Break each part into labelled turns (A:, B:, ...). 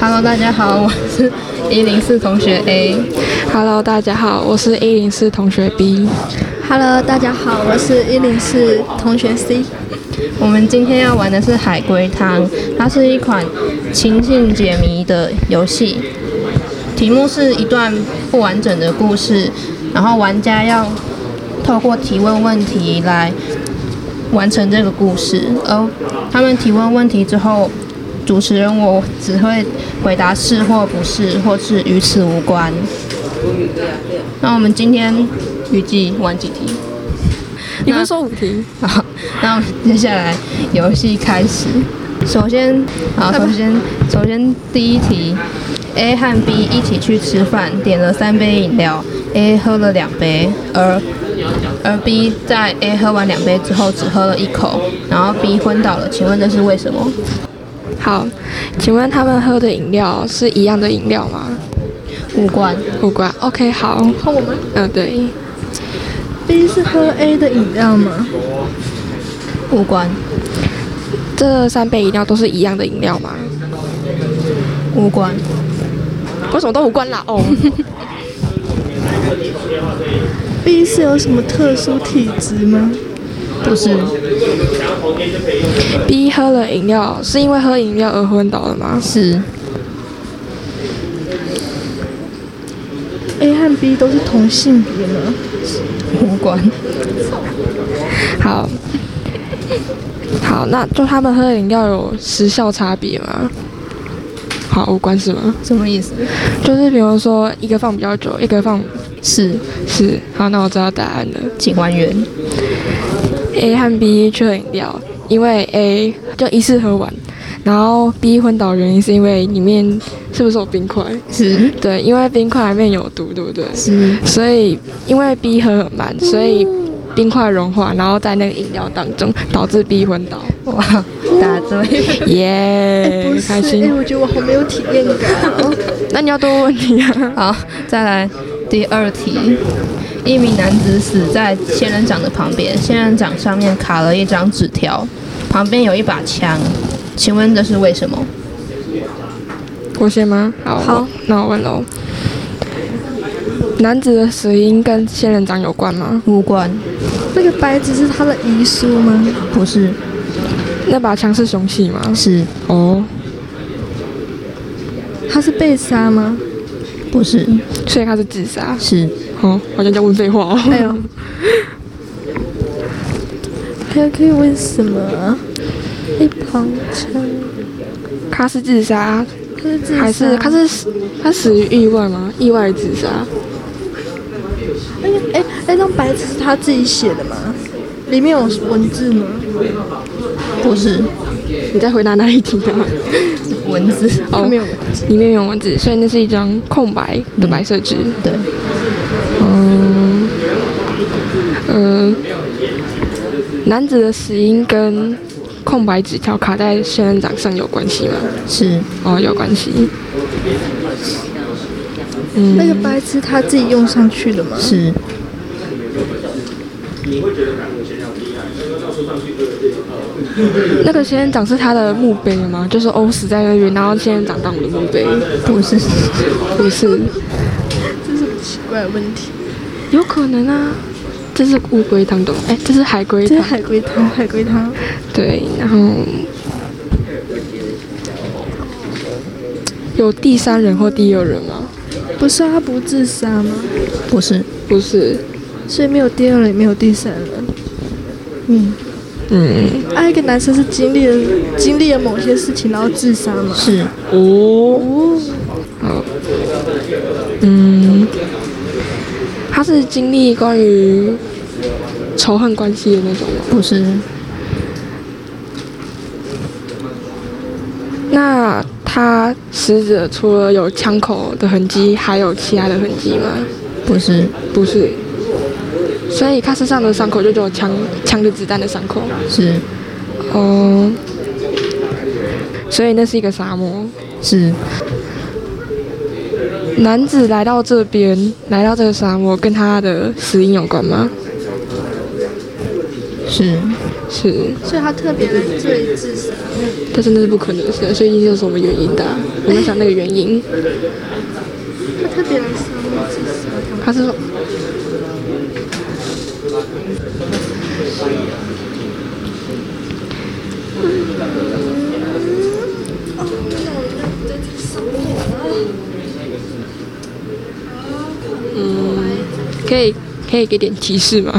A: Hello，大家好，我是一零四同学 A。
B: Hello，大家好，我是一零四同学 B。
C: Hello，大家好，我是一零四同学 C。
A: 我们今天要玩的是海龟汤，它是一款情境解谜的游戏。题目是一段不完整的故事，然后玩家要透过提问问题来完成这个故事。而他们提问问题之后，主持人我只会回答是或不是，或是与此无关。那我们今天预计玩几题？
B: 你不是说五题？
A: 好，那我们接下来游戏开始。首先，好，首先，首先第一题，A 和 B 一起去吃饭，点了三杯饮料，A 喝了两杯，而而 B 在 A 喝完两杯之后只喝了一口，然后 B 昏倒了，请问这是为什么？
B: 好，请问他们喝的饮料是一样的饮料吗？
A: 无关，
B: 无关。OK，好。
C: 换我吗
B: 嗯，对。
C: ？B 是喝 A 的饮料吗？
A: 无关，
B: 这三杯饮料都是一样的饮料吗？
A: 无关，
B: 为什么都无关啦？哦，
C: B 是有什么特殊体质吗？
A: 不是，
B: B 喝了饮料是因为喝饮料而昏倒的吗？
A: 是
C: A 和 B 都是同性别吗？
A: 无关，
B: 好，好，那就他们喝的饮料有时效差别吗？好，无关是吗？
A: 什么意思？
B: 就是比如说一个放比较久，一个放
A: 是，
B: 是。好，那我知道答案了。
A: 请还原，
B: A 和 B 缺了饮料，因为 A 就一次喝完，然后 B 昏倒的原因是因为里面是不是有冰块？
A: 是
B: 对，因为冰块里面有毒，对不对？
A: 是
B: 所以因为 B 喝很慢，所以冰块融化，然后在那个饮料当中导致 B 昏倒。
A: 哇，答对。
B: 耶、
C: 不是，
B: 开
C: 哎、
B: 心。
C: 我觉得我好没有体验感哦。
B: 那你要多问题啊。
A: 好，再来第二题。一名男子死在仙人掌的旁边，仙人掌上面卡了一张纸条，旁边有一把枪。请问这是为什么？
B: 我先吗？好，
C: 好
B: 我那我问喽。男子的死因跟仙人掌有关吗？
A: 无关，
C: 那个白纸是他的遗书吗？
A: 不是，
B: 那把枪是凶器吗？
A: 是
B: 哦，
C: 他是被杀吗？
A: 不是
B: 所以他是自杀。
A: 是
B: 哦，好像在问废话哦。
C: 哎 呦，还有可以问什么啊？一旁枪，
B: 他是自杀，
C: 他是自杀？
B: 还是他是死他死于意外吗？意外自 杀？
C: 那个哎那张白纸是他自己写的吗？里面有文字吗？
A: 不是
B: 你在回答哪一题啊？
A: 文字？
B: 哦，
C: 没有文
B: 里面没有文字，所以那是一张空白的白色纸。
A: 对，
B: 嗯，
C: 嗯
B: 呃，男子的死因跟空白纸条卡在仙人掌上有关系吗？
A: 是
B: 哦，有关系。
C: 那个白纸他自己用上去的吗？
A: 是
B: 那个仙人掌是他的墓碑吗？就是哦，死在那边，然后仙人掌当我的墓碑，
A: 不是？
B: 不是？
C: 这是奇怪的问题。
B: 有可能啊，这是乌龟汤懂吗？哎，这是海龟
C: 这
B: 汤
C: 是。海龟汤，海龟汤。
B: 对，然后有第三人或第二人吗？
C: 不是啊他不自杀吗？
A: 不是
B: 不是，
C: 所以没有第二人，也没有第三人。
B: 嗯，
C: 啊，一个男生是经历了经历了某些事情，然后自杀吗？
A: 是
B: 哦，好，嗯，他是经历关于仇恨关系的那种吗？
A: 不是？
B: 那他死者除了有枪口的痕迹，还有其他的痕迹吗？
A: 不是
B: 不是，所以他身上的伤口就只有枪枪的子弹的伤口。
A: 是
B: 哦，所以那是一个沙漠。
A: 是
B: 男子来到这边，来到这个沙漠，跟他的死因有关吗？
A: 是
B: 是，
C: 所以他特别的最自杀。
B: 这真的是不可能的事，所以一定是有什么原因的啊、我们想那个原因，
C: 他特别的伤自杀，
B: 他是说，嗯，可以可以给点提示吗？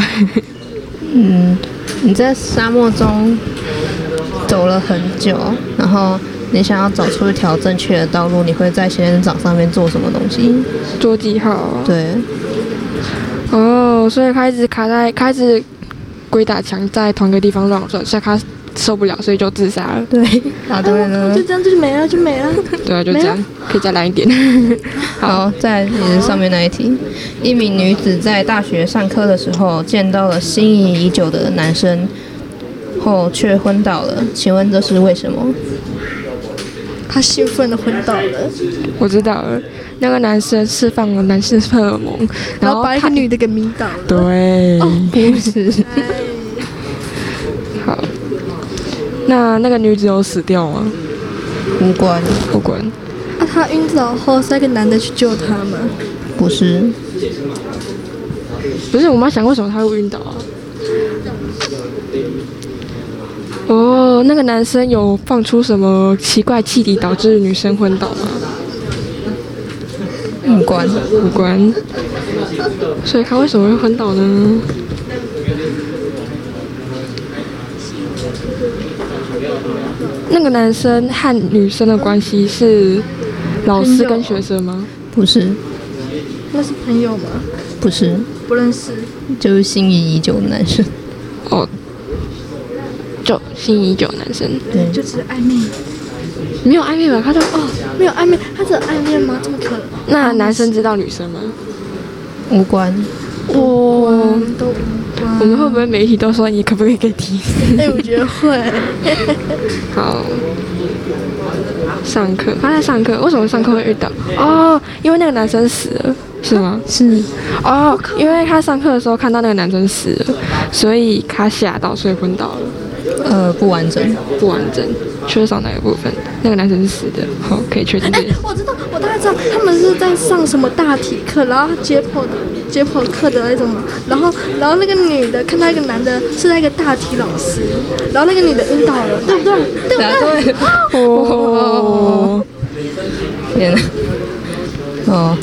A: 嗯，你在沙漠中走了很久，然后你想要走出一条正确的道路，你会在仙人掌上面做什么东西？
B: 做记号啊。
A: 对，
B: 哦，所以开始卡在开始鬼打墙在同一个地方乱转，所以他受不了，所以就自杀了。
A: 对，答对了
C: 就。这样就没了，就没了。
B: 对啊，就这样，可以再来一点。
A: 好，再来是上面那一题。一名女子在大学上课的时候见到了心仪已久的男生，后却昏倒了，请问这是为什么？
C: 他兴奋的昏倒了，
B: 我知道了，那个男生释放了男性荷尔蒙，
C: 然
B: 然
C: 后
B: 后
C: 把一
B: 他
C: 个女的给迷倒 了。哎
B: 对，
A: 不是，
B: 好。那那个女子有死掉吗？
A: 无关，
B: 不管，
C: 那、啊他晕倒后是那个男的去救他吗？
A: 不是，
B: 不是我妈想为什么他会晕倒啊？哦，那个男生有放出什么奇怪气体导致女生昏倒吗？
A: 无嗯关，
B: 无关，所以他为什么会昏倒呢？那个男生和女生的关系是老师跟学生吗？
A: 不是，
C: 那是朋友吗？
A: 不是，
C: 不认识。
A: 就是心仪已久的男生。
B: 哦，就心仪已久的男生
A: 对，
C: 就只是暧昧，
B: 没有暧昧吧？他就哦，
C: 没有暧昧，他只有暗恋吗？怎么可能？
B: 那男生知道女生吗？
A: 无关，
B: 哦，
C: 都无关
B: 我们会不会每一题都说你可不可以给提示？
C: 哎、我觉得会。
B: 好，上课，他在上课，为什么上课会遇到？哦，因为那个男生死了，是吗？
A: 是
B: 哦，因为他上课的时候看到那个男生死了，所以他吓到，所以昏倒了，
A: 呃不完整，
B: 不完整，缺少哪个部分？那个男生是死的，好，可以确定这
C: 哎、
B: 件事。
C: 我知道，我大概知道，他们是在上什么大体课，然后解剖解剖课的那种，然后然后那个女的看到一个男的是那个大体老师，然后那个女的晕倒了，对不对？对
A: 答
C: 不
A: 对
C: 对？
A: 了，天
B: 哦，
A: 哪，哦。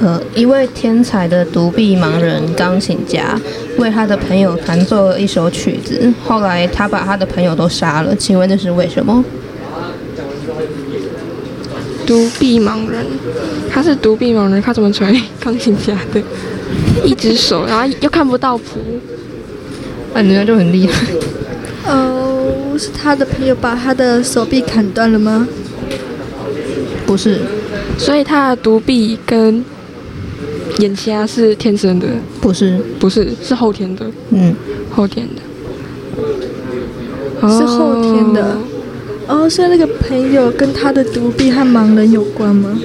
A: 呃，一位天才的独臂盲人钢琴家为他的朋友弹奏了一首曲子，后来他把他的朋友都杀了，请问这是为什么？
B: 独臂盲人，他是独臂盲人，他怎么成为 钢琴家的？一只手，然后又看不到谱，
A: 啊，人家就很厉害，
C: 哦，是他的朋友把他的手臂砍断了吗？
A: 不是，
B: 所以他的独臂跟眼瞎是天生的，
A: 不是，
B: 不是，是后天的。
A: 嗯，
B: 后天的，
C: 是后天的
B: 哦。
C: 哦，所以那个朋友跟他的独臂和盲人有关吗？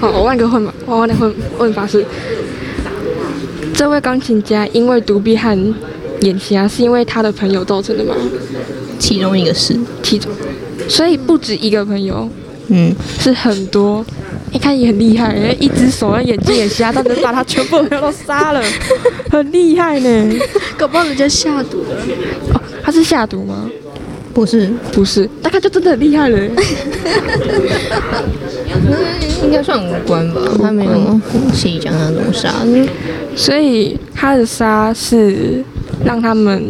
B: 好，哦我问个问吧，我问个问问法是：这位钢琴家因为独臂和眼瞎，是因为他的朋友造成的吗？
A: 其中一个是，
B: 其中，所以不止一个朋友，
A: 嗯，
B: 是很多。你、看也很厉害，因为一只手，眼睛也瞎，但能把他全部朋友都杀 了，很厉害呢。
C: 搞不好人家下毒了。
B: 哦，他是下毒吗？
A: 不是，
B: 不是，但他就真的很厉害了。
A: 应该算无关吧，他没有细讲他怎么杀的，
B: 所以他的杀是让他们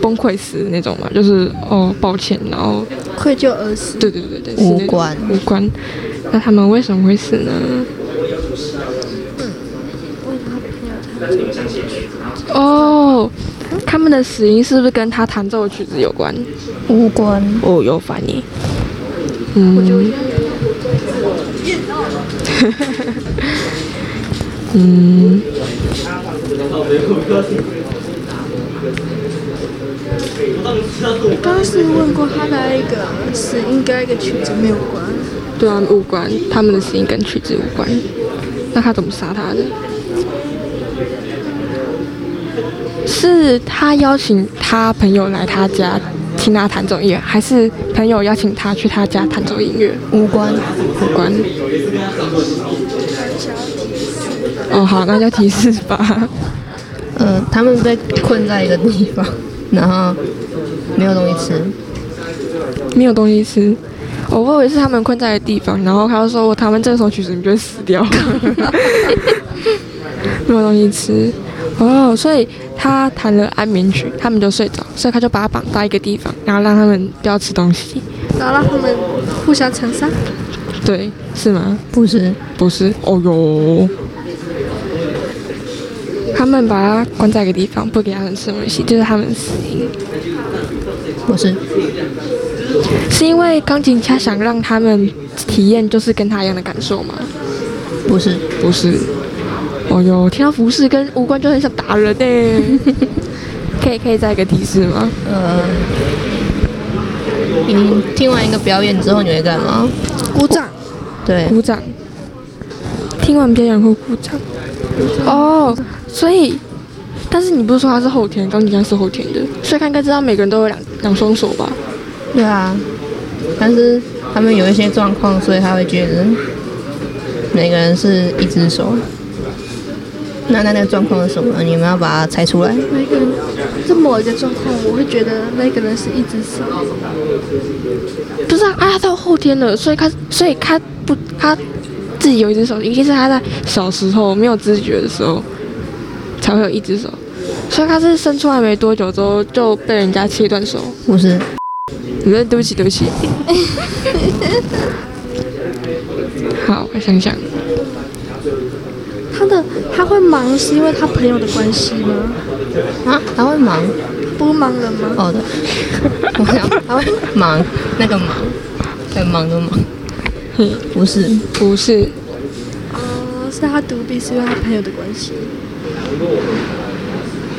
B: 崩溃死的那种嘛，就是哦抱歉，然后
C: 愧疚而死，
B: 对对对对，是那种
A: 无关
B: 无关。那他们为什么会死呢？哦，他们的死因是不是跟他弹奏的曲子有关？
A: 无关，
B: 哦，有反应。嗯。嗯，
C: 刚刚是问过他的一个是应该跟曲子没有关，
B: 对啊，无关，他们的死因跟曲子无关。那他怎么杀他的？是他邀请他朋友来他家听他弹奏音乐，还是朋友邀请他去他家弹奏音乐？
A: 无关。
B: 无关。哦，好，那就提示吧。
A: 呃，他们被困在一个地方，然后没有东西吃。
B: 没有东西吃。哦我以为是他们困在的地方，然后他就说他们这首曲子你就会死掉，没有东西吃。哦，所以他弹了安眠曲，他们就睡着，所以他就把他绑到一个地方，然后让他们不要吃东西。
C: 然后让他们互相啊残杀。
B: 对，是吗？
A: 不是，
B: 不是，哦哟。他们把他关在一个地方，不给他们吃东西，就是他们死因。
A: 不是，
B: 是因为钢琴家想让他们体验就是跟他一样的感受吗？
A: 不是，
B: 不是。哦哟，听到服饰跟无关就很想打人呢、 可以可以再一个提示吗？
A: 呃，你听完一个表演之后你会干嘛？
C: 鼓掌，
A: 对，
B: 鼓掌。听完表演后鼓掌。哦，所以，但是你不是说他是后天，钢琴家是后天的，所以他应该知道每个人都有两两双手吧？
A: 对啊。但是他们有一些状况，所以他会觉得每个人是一只手。那那那个状况是什么？你们要把它猜出来。
C: 每个人在某一个状况，我会觉得那个人是一只手。
B: 不是啊，啊他到后天了，所以他所以他不他自己有一只手，一定是他在小时候没有知觉的时候才会有一只手，所以他是生出来没多久之后就被人家切断手。
A: 不是，
B: 你们对不起，对不起。好，我想想，
C: 他的他会忙是因为他朋友的关系吗？
A: 啊，他会忙。
C: 不是盲人吗？
A: 哦的， 我想他会忙，那个忙，对，忙的忙， 不是，
B: 不是，
C: 哦，是他独臂是因为他朋友的关系。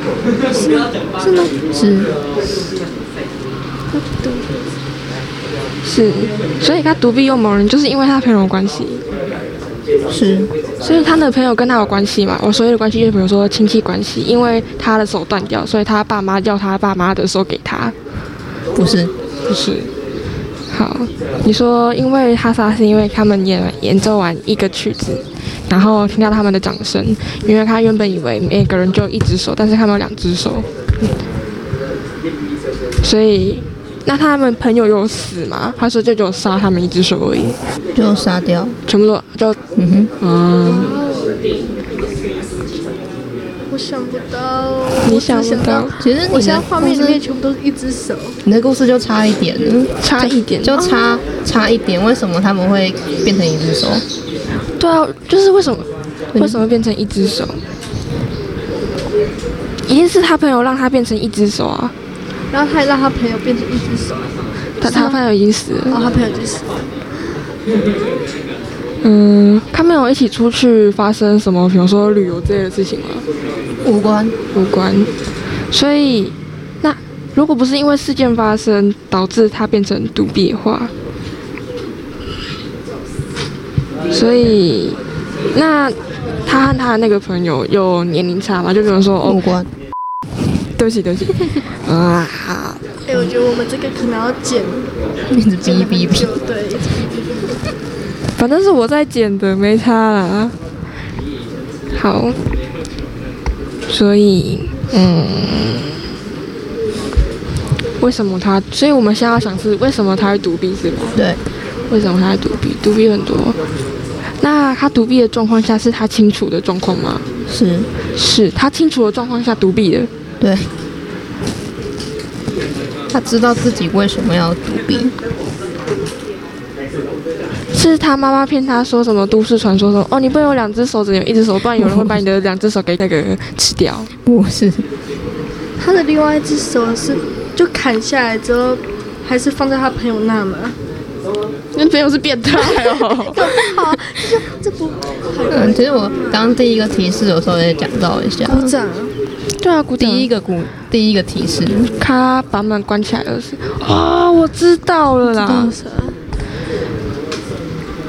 A: 是
C: 是吗？是吗？他独
B: 是，所以他独臂又盲人，就是因为他朋友有关系，
A: 是，
B: 所以他的朋友跟他有关系嘛。我所有的关系就是比如说亲戚关系，因为他的手断掉，所以他爸妈要他爸妈的手给他。
A: 不是，
B: 不是。好，你说因为哈萨是因为他们演演奏完一个曲子，然后听到他们的掌声，因为他原本以为每个人就有一只手，但是他们有两只手，所以那他们朋友有死吗？他说就只有杀他们一只手而已，
A: 就杀掉，
B: 全部都就
A: 嗯
B: 嗯，
C: 我想不到，
B: 你
C: 我只
B: 想不到
A: 其实你的
C: 我现在画面里
A: 故
C: 面
A: 事
C: 全部都是一只手，哦
A: 哼，你的故事就差一点了，
B: 差一点啊
A: 就差差一点，为什么他们会变成一只手？
B: 对啊，就是为什么为什么变成一只手？一定是他朋友让他变成一只手啊，
C: 然后他也让他朋友变成一只手，
B: 他他朋友已经死了
C: 然。后他朋友就死了。
B: 嗯，他们有一起出去发生什么，比如说旅游之类的事情吗？
A: 无关，
B: 无关。所以，那如果不是因为事件发生导致他变成独臂的话，所以，那他和他的那个朋友有年龄差吗？就比如说，
A: 无
B: 哦，
A: 关，
B: 对不起，对不起，啊，好
C: 哎、我觉得我们这个可能要剪，
A: 一直哔哔哔
C: 就，对，一直
B: 反正是我在剪的，没差啦。好，所以，嗯，为什么他？所以我们现在要想是为什么他会独臂是吗？
A: 对，
B: 为什么他会独臂？独臂很多。那他独臂的状况下是他清楚的状况吗？
A: 是，
B: 是他清楚的状况下独臂的。
A: 对。他知道自己为什么要独臂，
B: 是他妈妈骗他说什么都市传说说哦，你不能有两只手，只能有一只手，不然有人会把你的两只手给那个吃掉。
A: 不是，
C: 他的另外一只手是就砍下来之后，还是放在他朋友那嘛？
B: 那朋友是变态哦。
C: 好，这就这不好
A: 嗯，其实我刚刚第一个提示有时候也讲到一下，
C: 鼓掌，
B: 对啊，古
A: 第
B: 典
A: 一个鼓，第一个提示，
C: 嗯
B: 他把门关起来了 是啊、我知道了啦。
C: 啥？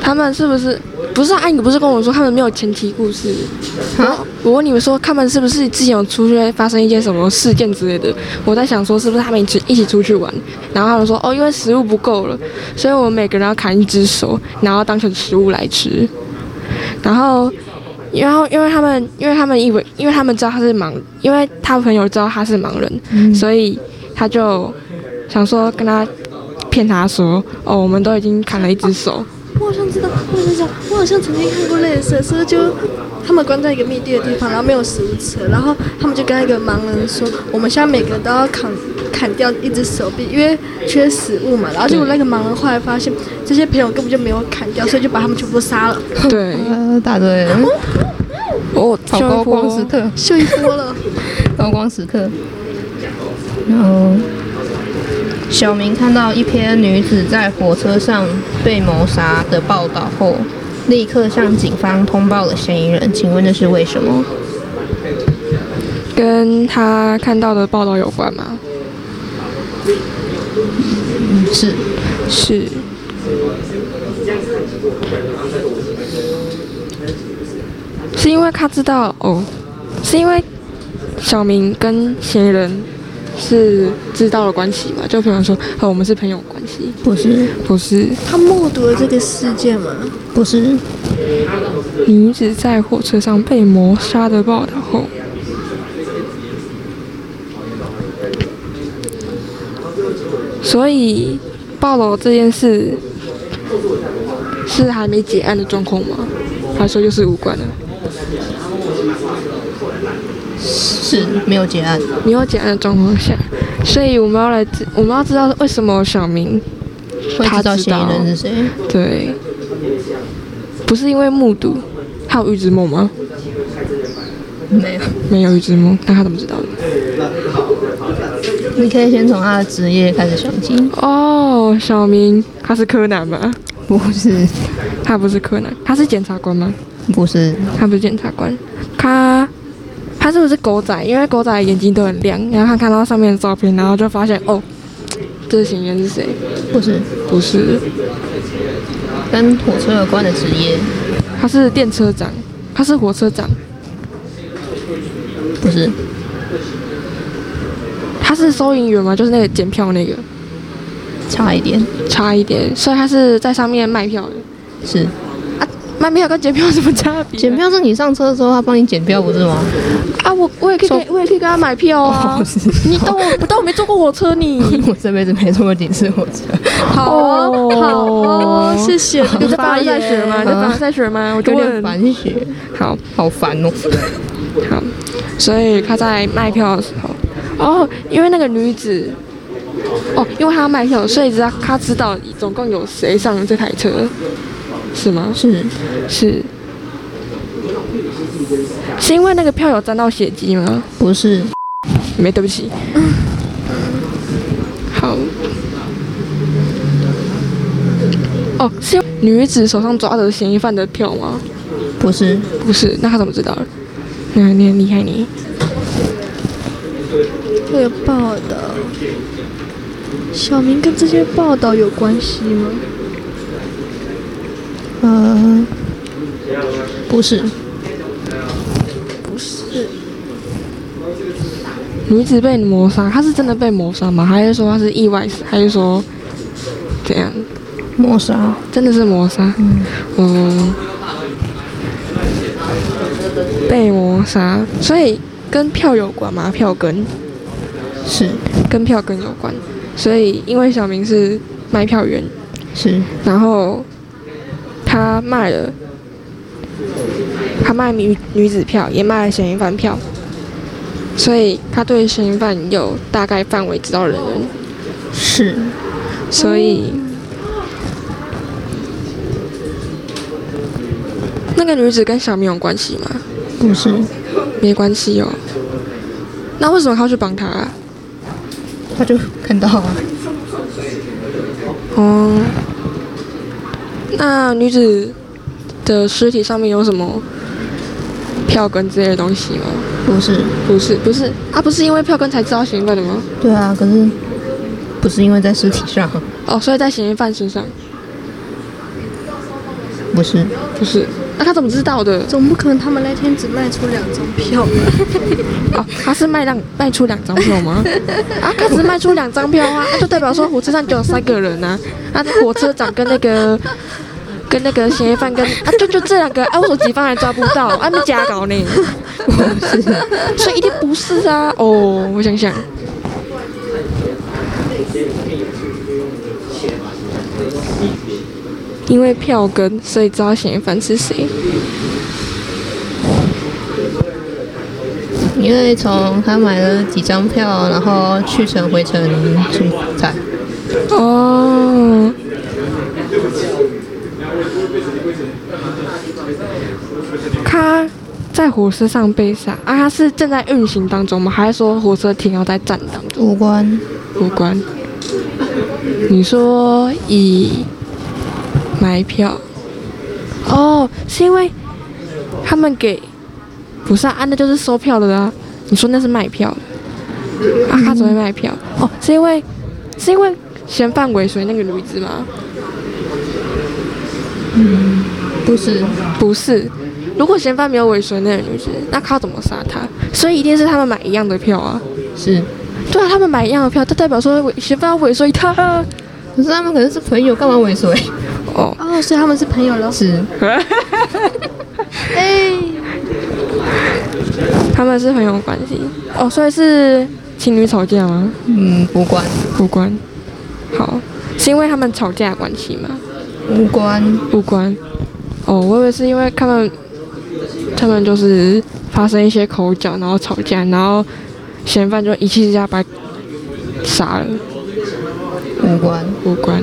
B: 他们是不是不是啊，啊你不是跟我说他们没有前提故事？
A: 好，
B: 我问你们说，他们是不是之前有出去发生一些什么事件之类的？我在想说，是不是他们一起一起出去玩，然后他们说，哦，因为食物不够了，所以我们每个人要砍一只手，然后当成食物来吃。然后，然后因为他们，因为他们以为，因为他们知道他是盲，因为他朋友知道他是盲人，
A: 嗯
B: 所以他就想说跟他骗他说，哦，我们都已经砍了一只 手。
C: 我好像知道，我好像知道，我好像曾经看过类似的，是就他们关在一个密闭的地方，然后没有食物吃，然后他们就跟那个盲人说，我们现在每个人都要砍砍掉一只手臂，因为缺食物嘛。然后结果那个盲人后来发现，这些朋友根本就没有砍掉，所以就把他们全部都杀了，
B: 对，
A: 呃，答对
C: 嗯
A: 了，
B: 我
A: 好
B: 就
A: 哦高
B: 一波
A: 光时刻，
C: 秀一波了。
A: 高光时刻。然后，小明看到一篇女子在火车上被谋杀的报道后，立刻向警方通报了嫌疑人。请问这是为什么？
B: 跟他看到的报道有关吗？
A: 嗯是
B: 是。是因为他知道哦，是因为小明跟嫌疑人是知道了关系嘛？就朋友说，哦，我们是朋友关系，
A: 不是？
B: 不是
C: 他目睹了这个事件嘛？
A: 不是，
B: 女子在火车上被谋杀的报道后，所以报道这件事是还没结案的状况吗？还是说就是无关的？
A: 是没有结案。
B: 没有结案的状况下，所以我们要来知，我们要知道为什么小明
A: 会
B: 他
A: 知道
B: 知
A: 嫌
B: 道
A: 疑人是谁？
B: 对，不是因为目睹，还有预知梦吗？
A: 没有。
B: 没有预知梦，那他怎么知道的？
A: 你可以先从他的职业开始想起。
B: 哦，小明，他是柯南吧？
A: 不是，
B: 他不是柯南，他是检察官吗？
A: 不是，
B: 他不是检察官，他他是不是狗仔？因为狗仔眼睛都很亮，然后他看到上面的照片，然后就发现哦，这个嫌疑人是谁？
A: 不是，
B: 不是，
A: 跟火车有关的职业，
B: 他是电车长，他是火车长，
A: 不是，
B: 他是收银员吗？就是那个检票那个，
A: 差一点，
B: 差一点，所以他是在上面卖票的
A: 是。
B: 啊。卖票跟检票有什么差别？
A: 检票是你上车的时候他帮你检票不是吗？
B: 啊，我我也可以给，我也可以跟他买票啊。
A: 哦是
B: 你当我，我当我没坐过火车你。
A: 我这辈子没坐过几次火车。
C: 好哦，好哦，谢谢
B: 你
C: 你
B: 在
C: 的
B: 法
C: 发
B: 律在
C: 言。
B: 学吗？你在法律在学吗？我就
A: 有点
B: 问。
A: 反血，
B: 好
A: 好烦哦。
B: 好，所以他在卖票的时候，哦，因为那个女子，哦，因为她要卖票，所以知道她知道总共有谁上这台车，是吗？
A: 是
B: 是。是因为那个票有沾到血迹吗？
A: 不是？
B: 没，对不起。好。哦，是因为女子手上抓着嫌疑犯的票吗？
A: 不是？
B: 不是，那他怎么知道的？那你很厉害你。
C: 这个报道，小明跟这些报道有关系吗？
A: 呃，不是，
C: 不是，
B: 女子被谋杀，她是真的被谋杀吗？还是说她是意外死？还是说怎样？
A: 谋杀
B: 真的是谋杀？嗯，被谋杀，哦所以跟票有关吗？票根
A: 是
B: 跟票根有关，所以因为小明是卖票员，
A: 是
B: 然后他卖了，他卖女女子票，也卖了嫌疑犯票，所以他对嫌疑犯有大概范围知道人员，
A: 是
B: 所以那个女子跟小明有关系吗？
A: 不是？
B: 没关系哦。那为什么他要去帮他、啊？
A: 他就看到啊，
B: 哦，那女子的尸体上面有什么票根之类的东西吗？
A: 不是？
B: 不是，不是啊，不是因为票根才知道嫌疑犯的吗？
A: 对啊，可是不是因为在尸体上，
B: 哦，所以在嫌疑犯身上。
A: 不是，
B: 不是？那、他怎么知道的？
C: 总不可能他们那天只卖出两张票吧？
B: 哦，他是卖两卖出两张票吗？啊，他只卖出两张票啊，那就代表说火车上只有三个人啊。啊，火车长跟那个跟那个嫌疑犯跟啊，就就这两个，啊，为什么警方还抓不到？啊，没假搞呢，
A: 不是。
B: 所以一定不是啊。哦，我想想，因为票根，所以知道嫌疑犯是谁。
A: 因为从他买了几张票，然后去程回程去载，
B: 哦。他在火车上被杀啊！他是正在运行当中吗？还是说火车停留在站当中？
A: 无关。
B: 无关。你说以买票？哦，是因为他们给不是啊，啊那就是收票的啊。你说那是卖票的啊？他怎么会卖票？哦，是因为是因为嫌犯尾随那个女子吗？
A: 不是，
B: 不是，如果嫌犯没有尾随那个女子，那他怎么杀她？所以一定是他们买一样的票啊。
A: 是，
B: 对啊，他们买一样的票，这代表说尾嫌犯要尾随他。
A: 可是他们可能是朋友，干嘛尾随？
B: 哦，
C: 哦，所以他们是朋友了。
A: 是，
C: 哎，
B: 他们是很有关系。哦，所以是情侣吵架吗？
A: 嗯，无关，
B: 无关。好，是因为他们吵架的关系吗？
A: 无关，
B: 无关。哦，我以为是因为他们，他们就是发生一些口角，然后吵架，然后嫌犯就一气之下把他杀了。
A: 无关。
B: 无关。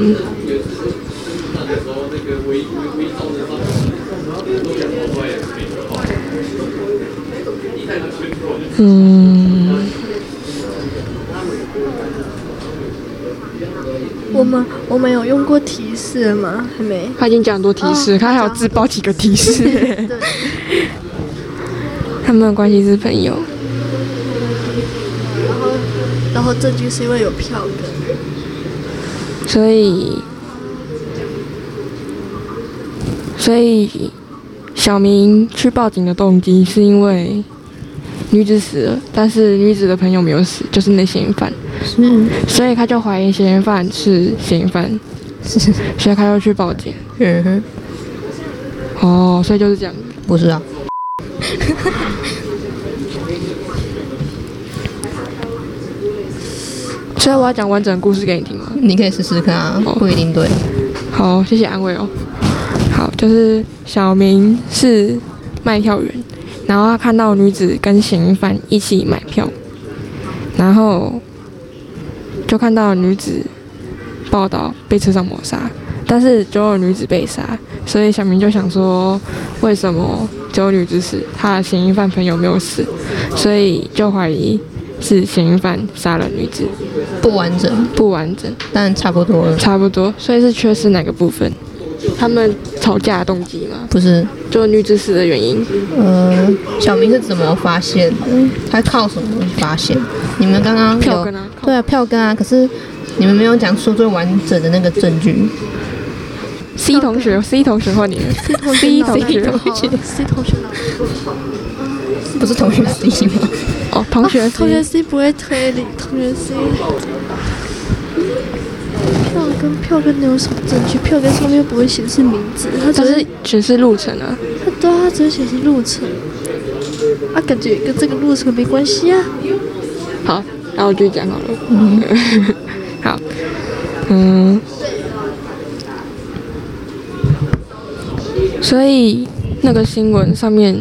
B: 嗯，
C: 我们我们有用过提示吗？还没。
B: 他已经讲很多提示，他还有自爆几个提示。
C: 对，
B: 他们的关系是朋友，
C: 然后然后这句是因为有票 根，
B: 所以，所以小明去报警的动机是因为女子死了，但是女子的朋友没有死，就是那嫌疑犯。
A: 是
B: 所以他就怀疑嫌疑犯是嫌疑犯，
A: 是，
B: 所以他就去报警。
A: 嗯哼，
B: 哦，所以就是这样。
A: 不是啊，
B: 所以我要讲完整的故事给你听吗？
A: 你可以试试看啊，
B: 哦
A: 不一定对。
B: 好，谢谢安慰哦。好，就是小明是卖票员，然后他看到女子跟嫌疑犯一起买票，然后就看到女子报道被车上谋杀，但是只有女子被杀，所以小明就想说，为什么只有女子死，他的嫌疑犯朋友没有死，所以就怀疑是嫌疑犯杀了女子，
A: 不完整，
B: 不完整。
A: 但差不多了。
B: 差不多，所以是缺失哪个部分？他们吵架的动机吗？
A: 不是，
B: 就女子死的原因。
A: 呃，小明是怎么发现的？他靠什么东西发现？你们刚刚有
B: 票根啊靠
A: 对啊，票根啊。可是你们没有讲出最完整的那个证据。
B: C 同学，C 同学换你了。C 同学，
C: C 同学脑
A: 不是同学 C 吗？
B: 哦，同学
C: 同学
B: C，
C: C 不会推理，同学 C。票根票根能有什么证据？票根上面又不会显示名字，它
B: 但
C: 只
B: 是
C: 是
B: 只是路程啊。
C: 它对啊它只会显示路程。啊，感觉跟这个路程没关系啊。
B: 好，那我就讲好了。嗯， 好，嗯，所以那个新闻上面，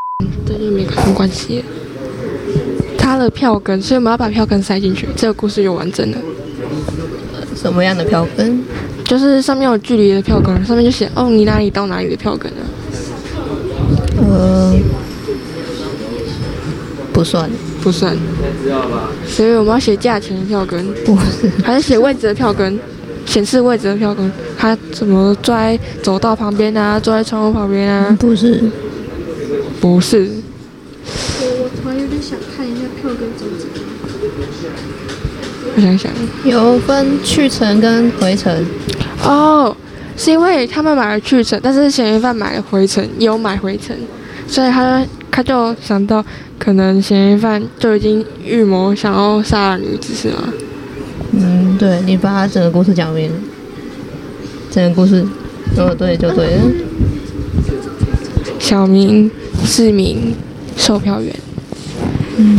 B: 这就没什么关系了。他的票根，所以我们要把票根塞进去，这个故事就完整了。
A: 什么样的票根？
B: 就是上面有距离的票根，上面就写哦你哪里到哪里的票根啊。
A: 呃，不算，
B: 不算。所以我们要写价钱的票根，
A: 不是，
B: 还是写位置的票根，显示位置的票根。他怎么坐在走道旁边啊？坐在窗户旁边啊？
A: 不是，
B: 不是，
C: 我我突然有点想看一下票根怎么怎么。
B: 我想想，
A: 有分去程跟回程。
B: 哦，是因为他们买了去程，但是嫌疑犯买了回程，也有买回程，所以他他就想到，可能嫌疑犯就已经预谋想要杀了女子，是吗？
A: 嗯，对你把整个故事讲明，整个故事，如果对就对了。
B: 小明是名售票员，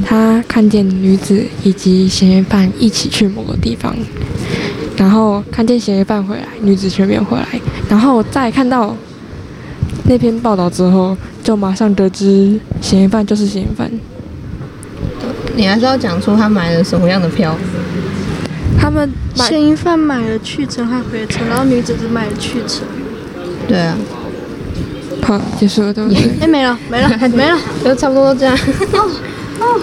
B: 他看见女子以及嫌疑犯一起去某个地方，然后看见嫌疑犯回来，女子却没有回来，然后再看到那篇报道之后，就马上得知嫌疑犯就是嫌疑犯。
A: 你还是要讲出他买了什么样的票。
B: 他们买
C: 嫌疑犯买了去程和回程，然后女子只买了去程。
A: 对啊，
B: 好结束了，对不对？
C: 哎，没了，没了，没了。
A: 就差不多这样。
C: 哦哦，